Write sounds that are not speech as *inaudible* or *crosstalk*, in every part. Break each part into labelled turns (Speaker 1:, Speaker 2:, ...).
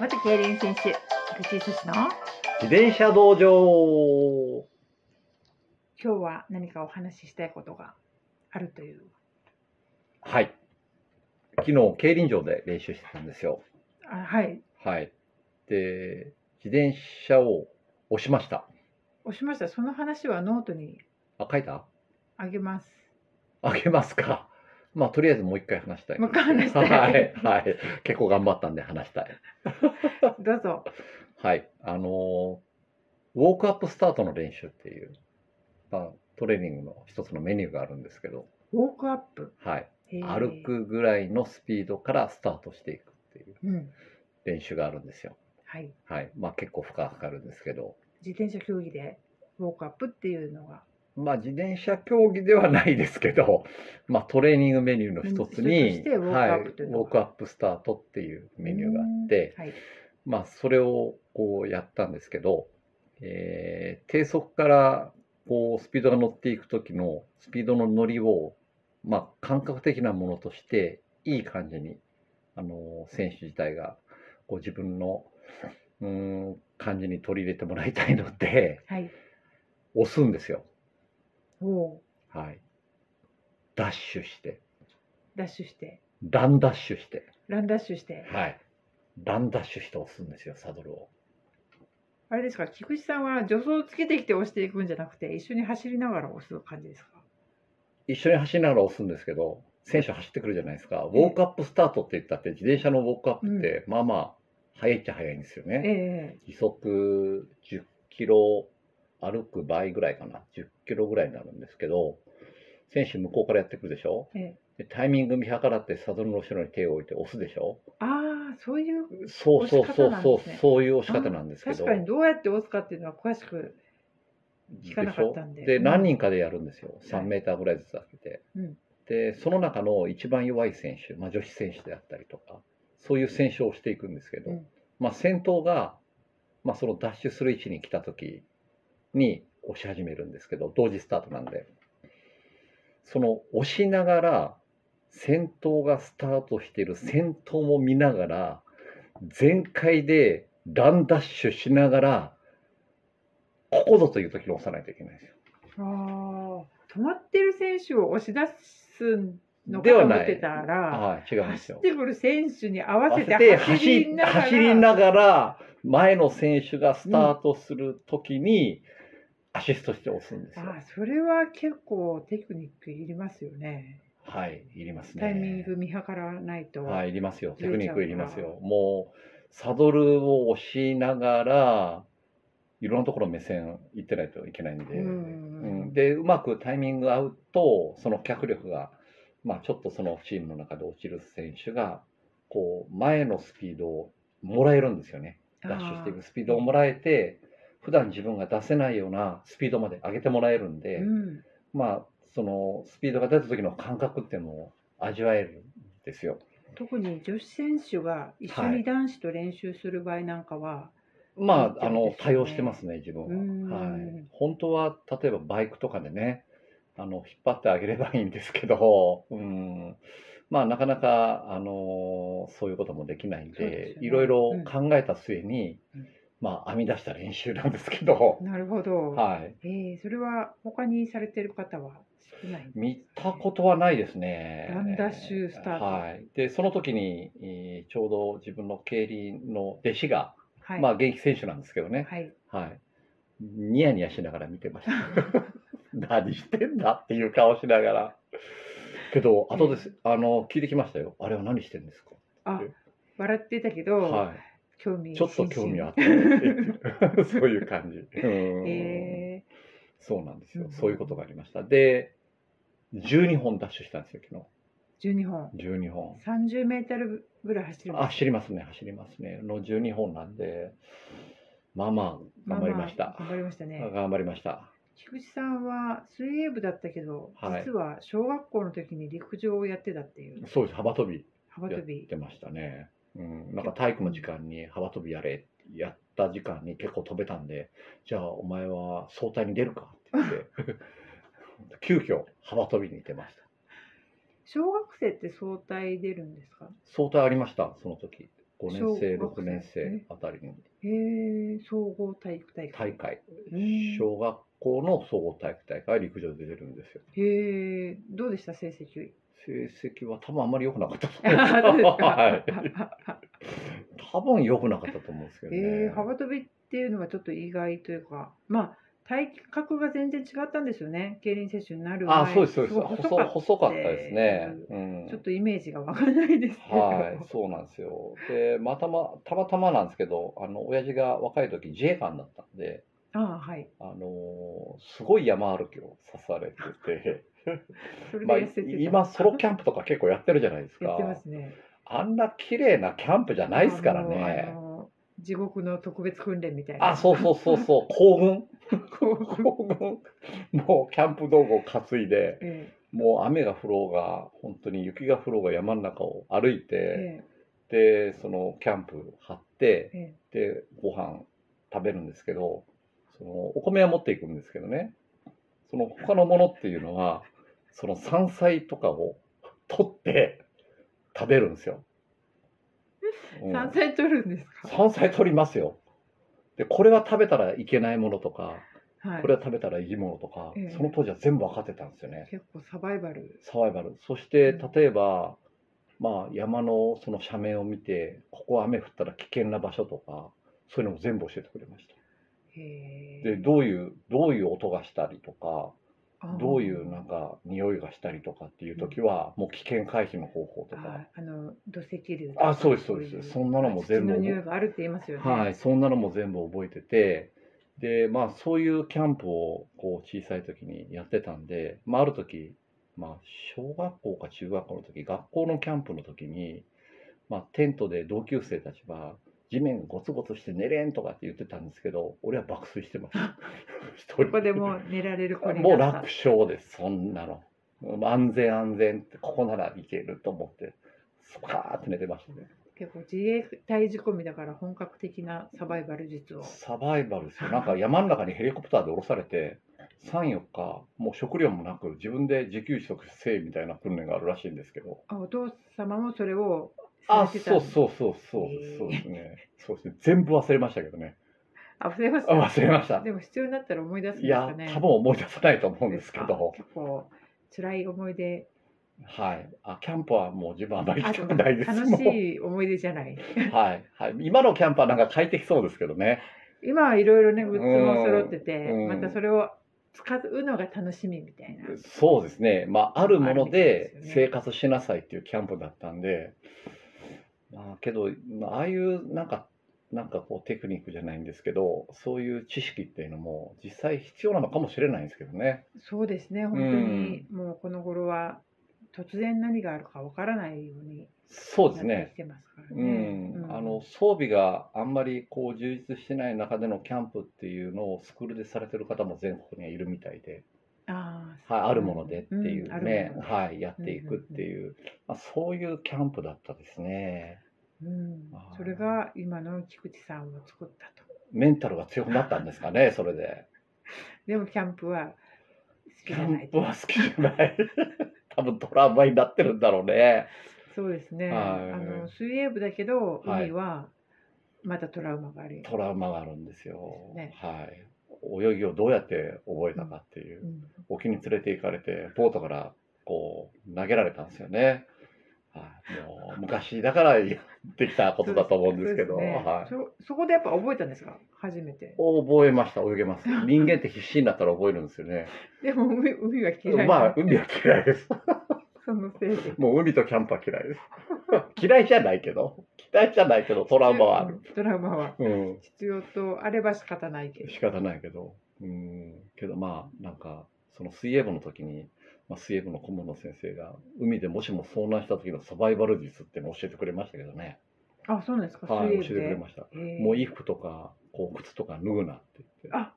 Speaker 1: 元競輪選手、口井寿司の今
Speaker 2: 自転車道場
Speaker 1: 日は何かお話ししたいことがあるという。
Speaker 2: はい昨日競輪場で練習してたんですよ
Speaker 1: あはい、
Speaker 2: はいで自転車を押しました
Speaker 1: 押しました。その話はノートに
Speaker 2: あ書いた
Speaker 1: あげます。
Speaker 2: あげますか *laughs* まあとりあえずもう一回話したい
Speaker 1: もう一回話したい
Speaker 2: *laughs* はい、はい、結構頑張ったんで話したい
Speaker 1: *laughs* どうぞ。
Speaker 2: はいあのーウォークアップスタートの練習っていう、まあ、トレーニングの一つのメニューがあるんですけど
Speaker 1: ウォークアップ。
Speaker 2: はい
Speaker 1: へー
Speaker 2: 歩。くぐらいのスピードからスタートしていくっていう
Speaker 1: うん。
Speaker 2: 練習があるんですよ
Speaker 1: はい。
Speaker 2: はいまあ、結構負荷がかかるんですけど、
Speaker 1: 自転車競技でウォークアップっていうのが。
Speaker 2: まあ、自転車競技ではないですけど、 *laughs* まあ、トレーニングメニューの一つ
Speaker 1: うん一つとし
Speaker 2: に
Speaker 1: てウォークア
Speaker 2: はい
Speaker 1: ップというのが
Speaker 2: ウォークアップスタートっていうメニューがあって、
Speaker 1: うんはい。
Speaker 2: まあ、それをこうやったんですけど、えー低速からこうスピードが乗っていく時のスピードの乗りを、まあ、感覚的なものとしていい感じに、あの選手自体がこう自分のうーん感じに取り入れてもらいたいので。
Speaker 1: はい。
Speaker 2: 押すんですよ。
Speaker 1: おお
Speaker 2: はい。ダッシュして、
Speaker 1: ー、ダッシュして、
Speaker 2: ランダッシュして、
Speaker 1: ランダッシュして。
Speaker 2: はい。ランダッシュして押すんですよ、サドルを。
Speaker 1: あれですか、菊池さんは助走をつけてきて押していくんじゃなくて、一緒に走りながら押す感じですか
Speaker 2: 一緒に走りながら押すんですけど、選手走ってくるじゃないですか。ウォークアップスタートって言ったって、自転車のウォークアップって、まあまあ、速いっちゃ速いんですよ
Speaker 1: え
Speaker 2: ね。時速10キロ、歩く倍ぐらいかな。10キロぐらいになるんですけど、選手向こうからやってくるでしょ
Speaker 1: えええ
Speaker 2: でタイミング見計らってサドルの後ろに手を置いて押すでしょ
Speaker 1: ああ、そういう、
Speaker 2: そうそうそうそ
Speaker 1: 押し方なんです
Speaker 2: う、
Speaker 1: ね
Speaker 2: そういう押し方なんですけど。
Speaker 1: 確かにどうやって押すかっていうのは詳しく、聞かなかったんで
Speaker 2: しょで
Speaker 1: うん
Speaker 2: 何人かでやるんですよ、
Speaker 1: は
Speaker 2: 3
Speaker 1: い
Speaker 2: メーターぐらいずつ開けて、
Speaker 1: うん
Speaker 2: でその中の一番弱い選手、まあ、女子選手であったりとかそういう選手をしていくんですけど、
Speaker 1: うん
Speaker 2: まあ、先頭が、まあ、そのダッシュする位置に来た時に押し始めるんですけど同時スタートなんでその押しながら先頭がスタートしている先頭も見ながら全開でランダッシュしながらここぞという時に押さないといけないんですよ。
Speaker 1: ああ、止まってる選手を押し出すのか
Speaker 2: で
Speaker 1: と
Speaker 2: は
Speaker 1: 思
Speaker 2: な
Speaker 1: って
Speaker 2: い
Speaker 1: た。ら、
Speaker 2: はい、違うんで
Speaker 1: 走
Speaker 2: す
Speaker 1: っ
Speaker 2: よ。
Speaker 1: てくる選手に合わせ
Speaker 2: 合
Speaker 1: て
Speaker 2: わせて
Speaker 1: 走りながら、
Speaker 2: 走りながら前の選手がスタートする時にアシストして押すんですよ。
Speaker 1: ああ、それは結構テクニックいりますよね。
Speaker 2: はい、いりますね。
Speaker 1: タイミング見計らないと。
Speaker 2: はい、いりますよ。
Speaker 1: ずれ
Speaker 2: テ
Speaker 1: ちゃう
Speaker 2: クニックいりますよ。もうサドルを押しながらいろんなところ目線行ってないといけないんで、
Speaker 1: うん
Speaker 2: うんでうまくタイミング合うとその脚力が、まあ、ちょっとそのチームの中で落ちる選手がこう前のスピードをもらえるんですよね。ダッシュしていくスピードをもらえて普段自分が出せないようなスピードまで上げてもらえるん
Speaker 1: あ
Speaker 2: で、
Speaker 1: あうん、
Speaker 2: まあそのスピードが出た時の感覚っていうのを味わえるんですよ。
Speaker 1: 特に女子選手が一緒に男子と練習する場合なんかは、
Speaker 2: まあ、
Speaker 1: いいってこと
Speaker 2: あの
Speaker 1: ですよね
Speaker 2: 対応してますね自
Speaker 1: う
Speaker 2: 分
Speaker 1: ん
Speaker 2: は、はい、本当は例えばバイクとかでねあの引っ張ってあげればいいんですけど、うん、まあなかなかあのそういうこともできないん
Speaker 1: そう
Speaker 2: で
Speaker 1: ですよね
Speaker 2: いろいろ考えた末に、
Speaker 1: うん
Speaker 2: まあ編み出した練習なんですけど、
Speaker 1: なるほど。
Speaker 2: はい、
Speaker 1: えー、それは他にされてる方は少ないんですね
Speaker 2: 見たことはないですね。
Speaker 1: ランダッシュスタート
Speaker 2: はい。で、その時に、えーちょうど自分の競輪の弟子が、
Speaker 1: はい。
Speaker 2: まあ現役選手なんですけどね、
Speaker 1: はい。 *laughs*
Speaker 2: はい。ニヤニヤしながら見てました。 *laughs* 何してんだっていう顔しながら。けど、後です、あの、聞いてきましたよ。あれは何してんですか
Speaker 1: あ、笑ってたけど、
Speaker 2: は
Speaker 1: 興味
Speaker 2: い。ちょっと興味あ
Speaker 1: っ
Speaker 2: っ
Speaker 1: *laughs*
Speaker 2: たって言ってそういう感じ。うん
Speaker 1: え
Speaker 2: そうなんです
Speaker 1: う
Speaker 2: よ
Speaker 1: ん。
Speaker 2: そういうことがありました。で、12本ダッシュしたんですよ、昨
Speaker 1: ー、12本。
Speaker 2: 日。12本。
Speaker 1: 30メートルぐらい走るんです
Speaker 2: あ走りますね、走りますね。の12本なんで、まあまあ、頑張りました。
Speaker 1: ああ頑張りましたね。
Speaker 2: 頑張りました。
Speaker 1: 菊池さんは水泳部だったけど、
Speaker 2: はい
Speaker 1: 実は小学校の時に陸上をやってたっていう、
Speaker 2: そうです、幅跳び
Speaker 1: 幅
Speaker 2: や
Speaker 1: 跳
Speaker 2: っ
Speaker 1: び。
Speaker 2: てましたね。うん、なんか体育の時間に幅跳びやれ、やった時間に結構飛べたんで、じゃあお前は早退に出るかって言って、急遽幅跳びに出ました。
Speaker 1: 小学生って早退出るんですか
Speaker 2: 早退ありました、その時。 5年
Speaker 1: 小
Speaker 2: 生6
Speaker 1: 学生
Speaker 2: 年生
Speaker 1: ね
Speaker 2: あたりに
Speaker 1: へえ総合体育大
Speaker 2: 大
Speaker 1: 会。
Speaker 2: 会
Speaker 1: うん
Speaker 2: 小学校の総合体育大会陸上で出るんですよ
Speaker 1: へえどうでした成績？ *laughs*
Speaker 2: 成績は多分あんまり良くなかったと
Speaker 1: あ
Speaker 2: 思う
Speaker 1: そうですか
Speaker 2: *laughs* はい多分良くなかったと思うんですけどね、
Speaker 1: えー、幅跳びっていうのがちょっと意外というか、まあ、体格が全然違ったんですよね、競輪選手になる前
Speaker 2: あそうですそうです
Speaker 1: ごい細
Speaker 2: 細
Speaker 1: かっ
Speaker 2: 細かったですね、うん、
Speaker 1: ちょっとイメージがわからないですけ *laughs* ど、
Speaker 2: はい、そうなんですよ。で、またま、たまたまなんですけど、あの、親父が若い時自衛官だったんで、
Speaker 1: ああはい、
Speaker 2: あのーすごい山歩きをさされて
Speaker 1: *laughs*
Speaker 2: て、
Speaker 1: それ
Speaker 2: まあ、
Speaker 1: で痩
Speaker 2: い
Speaker 1: せてた、
Speaker 2: 今ソロキャンプとか結構やってるじゃないです
Speaker 1: や
Speaker 2: か
Speaker 1: って。ますね。
Speaker 2: あんな綺麗なキャンプじゃないですから
Speaker 1: あのあ
Speaker 2: ね。
Speaker 1: の地獄の特別訓練みたいな。
Speaker 2: あ、そうそうそうそう、行軍
Speaker 1: こう
Speaker 2: 行軍 *laughs* もうキャンプ道具を担いで、
Speaker 1: え
Speaker 2: もう雨が降ろうが、本当に雪が降ろうが山の中を歩い
Speaker 1: え
Speaker 2: て、
Speaker 1: え
Speaker 2: で、そのキャンプ張って、
Speaker 1: ええ
Speaker 2: でご飯食べるんですけどそのお米は持っていくんですけどねその他のものっていうのはその山菜とかを取って食べるんです *laughs* よ。う
Speaker 1: え
Speaker 2: ん
Speaker 1: 山菜取るんですか。
Speaker 2: 山菜取りますよ。でこれは食べたらいけないものとか
Speaker 1: はい
Speaker 2: こ。れは食べたらいいものとか、
Speaker 1: ええ
Speaker 2: その当時は全部分かってたんですよね。
Speaker 1: 結構サバイバル。
Speaker 2: サバイバル。そして
Speaker 1: うん
Speaker 2: 例えば、まあ、山のその斜面を見てここは雨降ったら危険な場所とかそういうのも全部教えてくれました。
Speaker 1: へえ
Speaker 2: でどういうどういう音がしたりとか
Speaker 1: ああ
Speaker 2: どういうなんか匂いがしたりとかっていう時は、もう危険回避の方法と
Speaker 1: あ
Speaker 2: か、
Speaker 1: あの土石流
Speaker 2: あそうですそうです
Speaker 1: い
Speaker 2: そんなのも全部
Speaker 1: 土の匂いがあるって言いますよね。
Speaker 2: はいそんなのも全部覚えててでまあそういうキャンプをこう小さい時にやってたんで、まあ、ある時、まあ、小学校か中学校の時学校のキャンプの時に、まあ、テントで同級生たちは地面ゴツゴツして寝れんとかって言ってたんですけど俺は爆睡してました
Speaker 1: *laughs*
Speaker 2: 一人
Speaker 1: ここでもう寝られる子に
Speaker 2: もう
Speaker 1: なった
Speaker 2: 楽勝です、そんなの。うん安全安全って、ここならいけると思って、スパーって寝てましたね。
Speaker 1: 結構自衛隊仕込みだから本格的なサバイバル術を
Speaker 2: サバイバル *laughs* ですよ。なんか山の中にヘリコプターで降ろされて、3、4日、もう食料もなく、自分で自給自足せえみたいな訓練があるらしいんですけど。
Speaker 1: あお父様もそれを
Speaker 2: あ、
Speaker 1: されて
Speaker 2: そうそうそうそう
Speaker 1: へー
Speaker 2: そうですね。そうですね。全部忘れましたけど *laughs* ね。
Speaker 1: あ忘れまし
Speaker 2: あ忘れました
Speaker 1: た。でも必要になったら思い出すん
Speaker 2: い
Speaker 1: ですか
Speaker 2: や
Speaker 1: ね、
Speaker 2: 多分思い出さないと思うんですけ
Speaker 1: そう
Speaker 2: ど
Speaker 1: で、すか結構辛い思い出
Speaker 2: はい。あ、キャンプはもう自分あまり行きたくないです。
Speaker 1: 楽し
Speaker 2: もう
Speaker 1: い思い出じゃない
Speaker 2: はい。はい。今のキャンプはなんか快適そうですけどね。
Speaker 1: 今はいろいろねグッズも揃ってて
Speaker 2: うん
Speaker 1: またそれを使うのが楽しみみたいな
Speaker 2: そうですね、まあ、あるも
Speaker 1: あ
Speaker 2: ので
Speaker 1: るみたいですよ
Speaker 2: 生活しなさいっていうキャンプだったんで、まあ、けど、まあああいうなんか、なんかこうテクニックじゃないんですけど、そういう知識っていうのも実際必要なのかもしれないんですけどね。
Speaker 1: そうですね本当にもうこの頃は突然何があるかわからないように
Speaker 2: そうです
Speaker 1: なって
Speaker 2: ね。
Speaker 1: きてますから
Speaker 2: う
Speaker 1: ね
Speaker 2: ん、
Speaker 1: うん
Speaker 2: あの装備があんまりこう充実してない中でのキャンプっていうのをスクールでされてる方も全国にはいるみたいで、
Speaker 1: あー
Speaker 2: はい、あるものでってい
Speaker 1: うんあ
Speaker 2: う
Speaker 1: る
Speaker 2: ね、
Speaker 1: もので
Speaker 2: はい、やっていくっていう、まあ、そういうキャンプだったですね。
Speaker 1: うん
Speaker 2: あー
Speaker 1: それが今の菊池さんを作ったと。
Speaker 2: メンタルが強くなったんですかね、
Speaker 1: *laughs*
Speaker 2: それで。
Speaker 1: でもキャンプは好
Speaker 2: キ
Speaker 1: きじゃ
Speaker 2: ャ
Speaker 1: ない
Speaker 2: ン
Speaker 1: と
Speaker 2: プは好きじゃない。多分トラウマになってるんだろうね。
Speaker 1: そうですね。
Speaker 2: はい
Speaker 1: あの水泳部だけど
Speaker 2: はい
Speaker 1: 海はまたトラウマがある。
Speaker 2: トラウマがあるんですよ。
Speaker 1: です
Speaker 2: はい。泳ぎをどうやって覚えたかっていうう。
Speaker 1: ん
Speaker 2: 沖に連れて行かれて、ボートからこう投げられたんですよね。はい。もう昔だからやってきたことだと思うんですけど、
Speaker 1: そうね
Speaker 2: はい。
Speaker 1: そそこでやっぱ覚えたんですか初めて。
Speaker 2: 覚えました、泳げます。人間って必死になったら覚えるんですよね。
Speaker 1: でも海海は *laughs* 嫌い。
Speaker 2: まあ、海は嫌いです。
Speaker 1: そのせいで。
Speaker 2: もう海とキャンプは嫌いです。 *laughs* 嫌いじゃないけど、嫌いじゃないけどトラウマはある。
Speaker 1: うん。トラウマは
Speaker 2: うん、
Speaker 1: 必要とあれば仕方ないけど。
Speaker 2: 仕方ないけど、うん、けどまあなんかその水泳部の時に、まあ、水泳部の顧問の先生が海でもしも遭難した時のサバイバル術っていうのを教えてくれましたけどね。
Speaker 1: あそうなんですか。
Speaker 2: はい、教えて
Speaker 1: 水
Speaker 2: く
Speaker 1: 泳
Speaker 2: れ
Speaker 1: 部
Speaker 2: ました。
Speaker 1: で。へー
Speaker 2: もう衣服とかこう靴とか脱ぐなって言って。
Speaker 1: あ、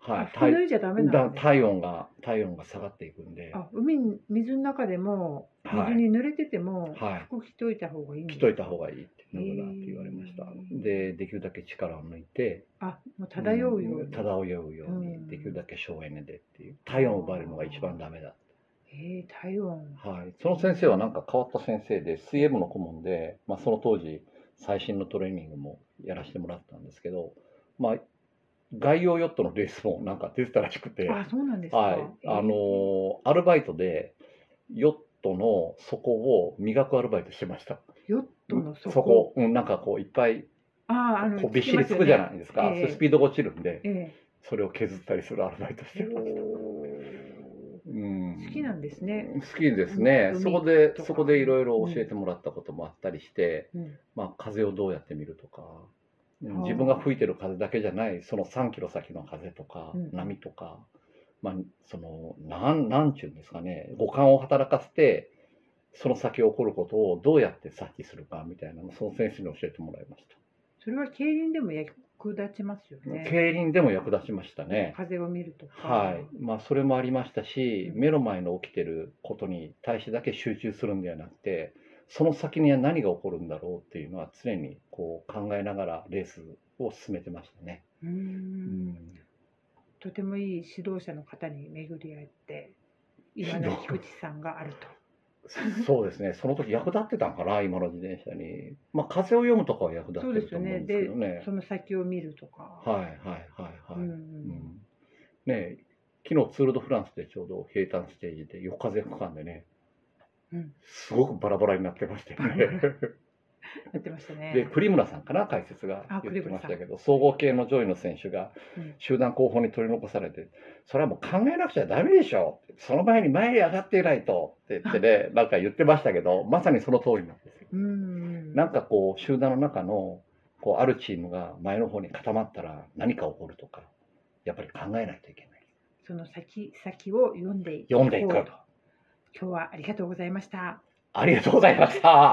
Speaker 2: はい、
Speaker 1: 服脱いじゃダメな
Speaker 2: だ
Speaker 1: んですね
Speaker 2: 体温が体温が下がっていくんで、
Speaker 1: あ海に水の中でも
Speaker 2: はい
Speaker 1: 水に濡れてても、
Speaker 2: はい
Speaker 1: 服着といた方がいいんで
Speaker 2: 着
Speaker 1: す
Speaker 2: といた方がいいって脱ぐなって言われました
Speaker 1: へ。ー
Speaker 2: でできるだけ力を抜いて。
Speaker 1: あもう漂うように、
Speaker 2: ん漂うように、
Speaker 1: うん
Speaker 2: できるだけ省エネでっていう体温を奪えるのが一番ダメだ、
Speaker 1: えー、体温
Speaker 2: はい、その先生はなんか変わった先生で水泳部の顧問で、まあ、その当時最新のトレーニングもやらせてもらったんですけど、まあ、外洋ヨットのレースもなんか出てたらしくて、
Speaker 1: あ、そうなんですか。
Speaker 2: はい、あ
Speaker 1: えー
Speaker 2: のーアルバイトでヨットの底を磨くアルバイトしてました。
Speaker 1: ヨットの底。
Speaker 2: そこ、うん、なんかこういっぱい
Speaker 1: ああ、あの、
Speaker 2: こうびっしりつくじゃないですか、
Speaker 1: 聞きますよね
Speaker 2: そうスピードが落ちるんで、
Speaker 1: ええ
Speaker 2: それを削ったりするアルバイトしてました。うん、
Speaker 1: 好きなんですね。
Speaker 2: 好きですね
Speaker 1: うん
Speaker 2: そこで
Speaker 1: 海とか
Speaker 2: そこでいろいろ教えてもらったこともあったりして、
Speaker 1: うん
Speaker 2: まあ、風をどうやって見るとか、うん
Speaker 1: あー
Speaker 2: 自分が吹いてる風だけじゃないその3キロ先の風とか、
Speaker 1: うん
Speaker 2: 波とか、まあ、そのなんなんちゅうんですかね五感を働かせてその先起こることをどうやって察知するかみたいなのをその選手に教えてもらいました。
Speaker 1: それは競輪でも役立ちますよね。
Speaker 2: 競輪でも役立ちましたね。
Speaker 1: 風を見るとか。
Speaker 2: はい、まあそれもありましたし、
Speaker 1: うん
Speaker 2: 目の前の起きてることに対してだけ集中するんではなくてその先には何が起こるんだろうっていうのは常にこう考えながらレースを進めてましたね。
Speaker 1: うー。
Speaker 2: うんん
Speaker 1: とてもいい指導者の方に巡り合って、今の菊池さんがあると。
Speaker 2: そうですねその時役立ってたんかな今の自転車に、まあ、風を読むとかは役立っ
Speaker 1: そう
Speaker 2: て
Speaker 1: で
Speaker 2: る
Speaker 1: す
Speaker 2: と
Speaker 1: よ
Speaker 2: 思う
Speaker 1: ね。
Speaker 2: んですけ
Speaker 1: で
Speaker 2: どね、。
Speaker 1: その先を見るとか。
Speaker 2: はいはいはいはい、
Speaker 1: うんう
Speaker 2: う
Speaker 1: ん
Speaker 2: んねえ昨日ツール・ド・フランスでちょうど平坦ステージで横風区間でね、
Speaker 1: うん
Speaker 2: すごくバラバラになってましたよ
Speaker 1: バラ
Speaker 2: ね。
Speaker 1: やってましたね。
Speaker 2: で栗村さんかな解説が
Speaker 1: あ
Speaker 2: 言ってました
Speaker 1: 栗
Speaker 2: けど総合系の上位の選手が
Speaker 1: うん
Speaker 2: 集団後方に取り残されて、それはもう考えなくちゃダメでしょその前に前に上がっていないとって言っ
Speaker 1: *laughs*
Speaker 2: てねなんか言ってましたけどまさにその通りなんですよ。
Speaker 1: うんうん。
Speaker 2: なんかこう集団の中のこうあるチームが前の方に固まったら何か起こるとかやっぱり考えないといけない
Speaker 1: その先先を読んでいこう
Speaker 2: 読んでいこうと
Speaker 1: 今日はありがとうございました。
Speaker 2: ありがとうございました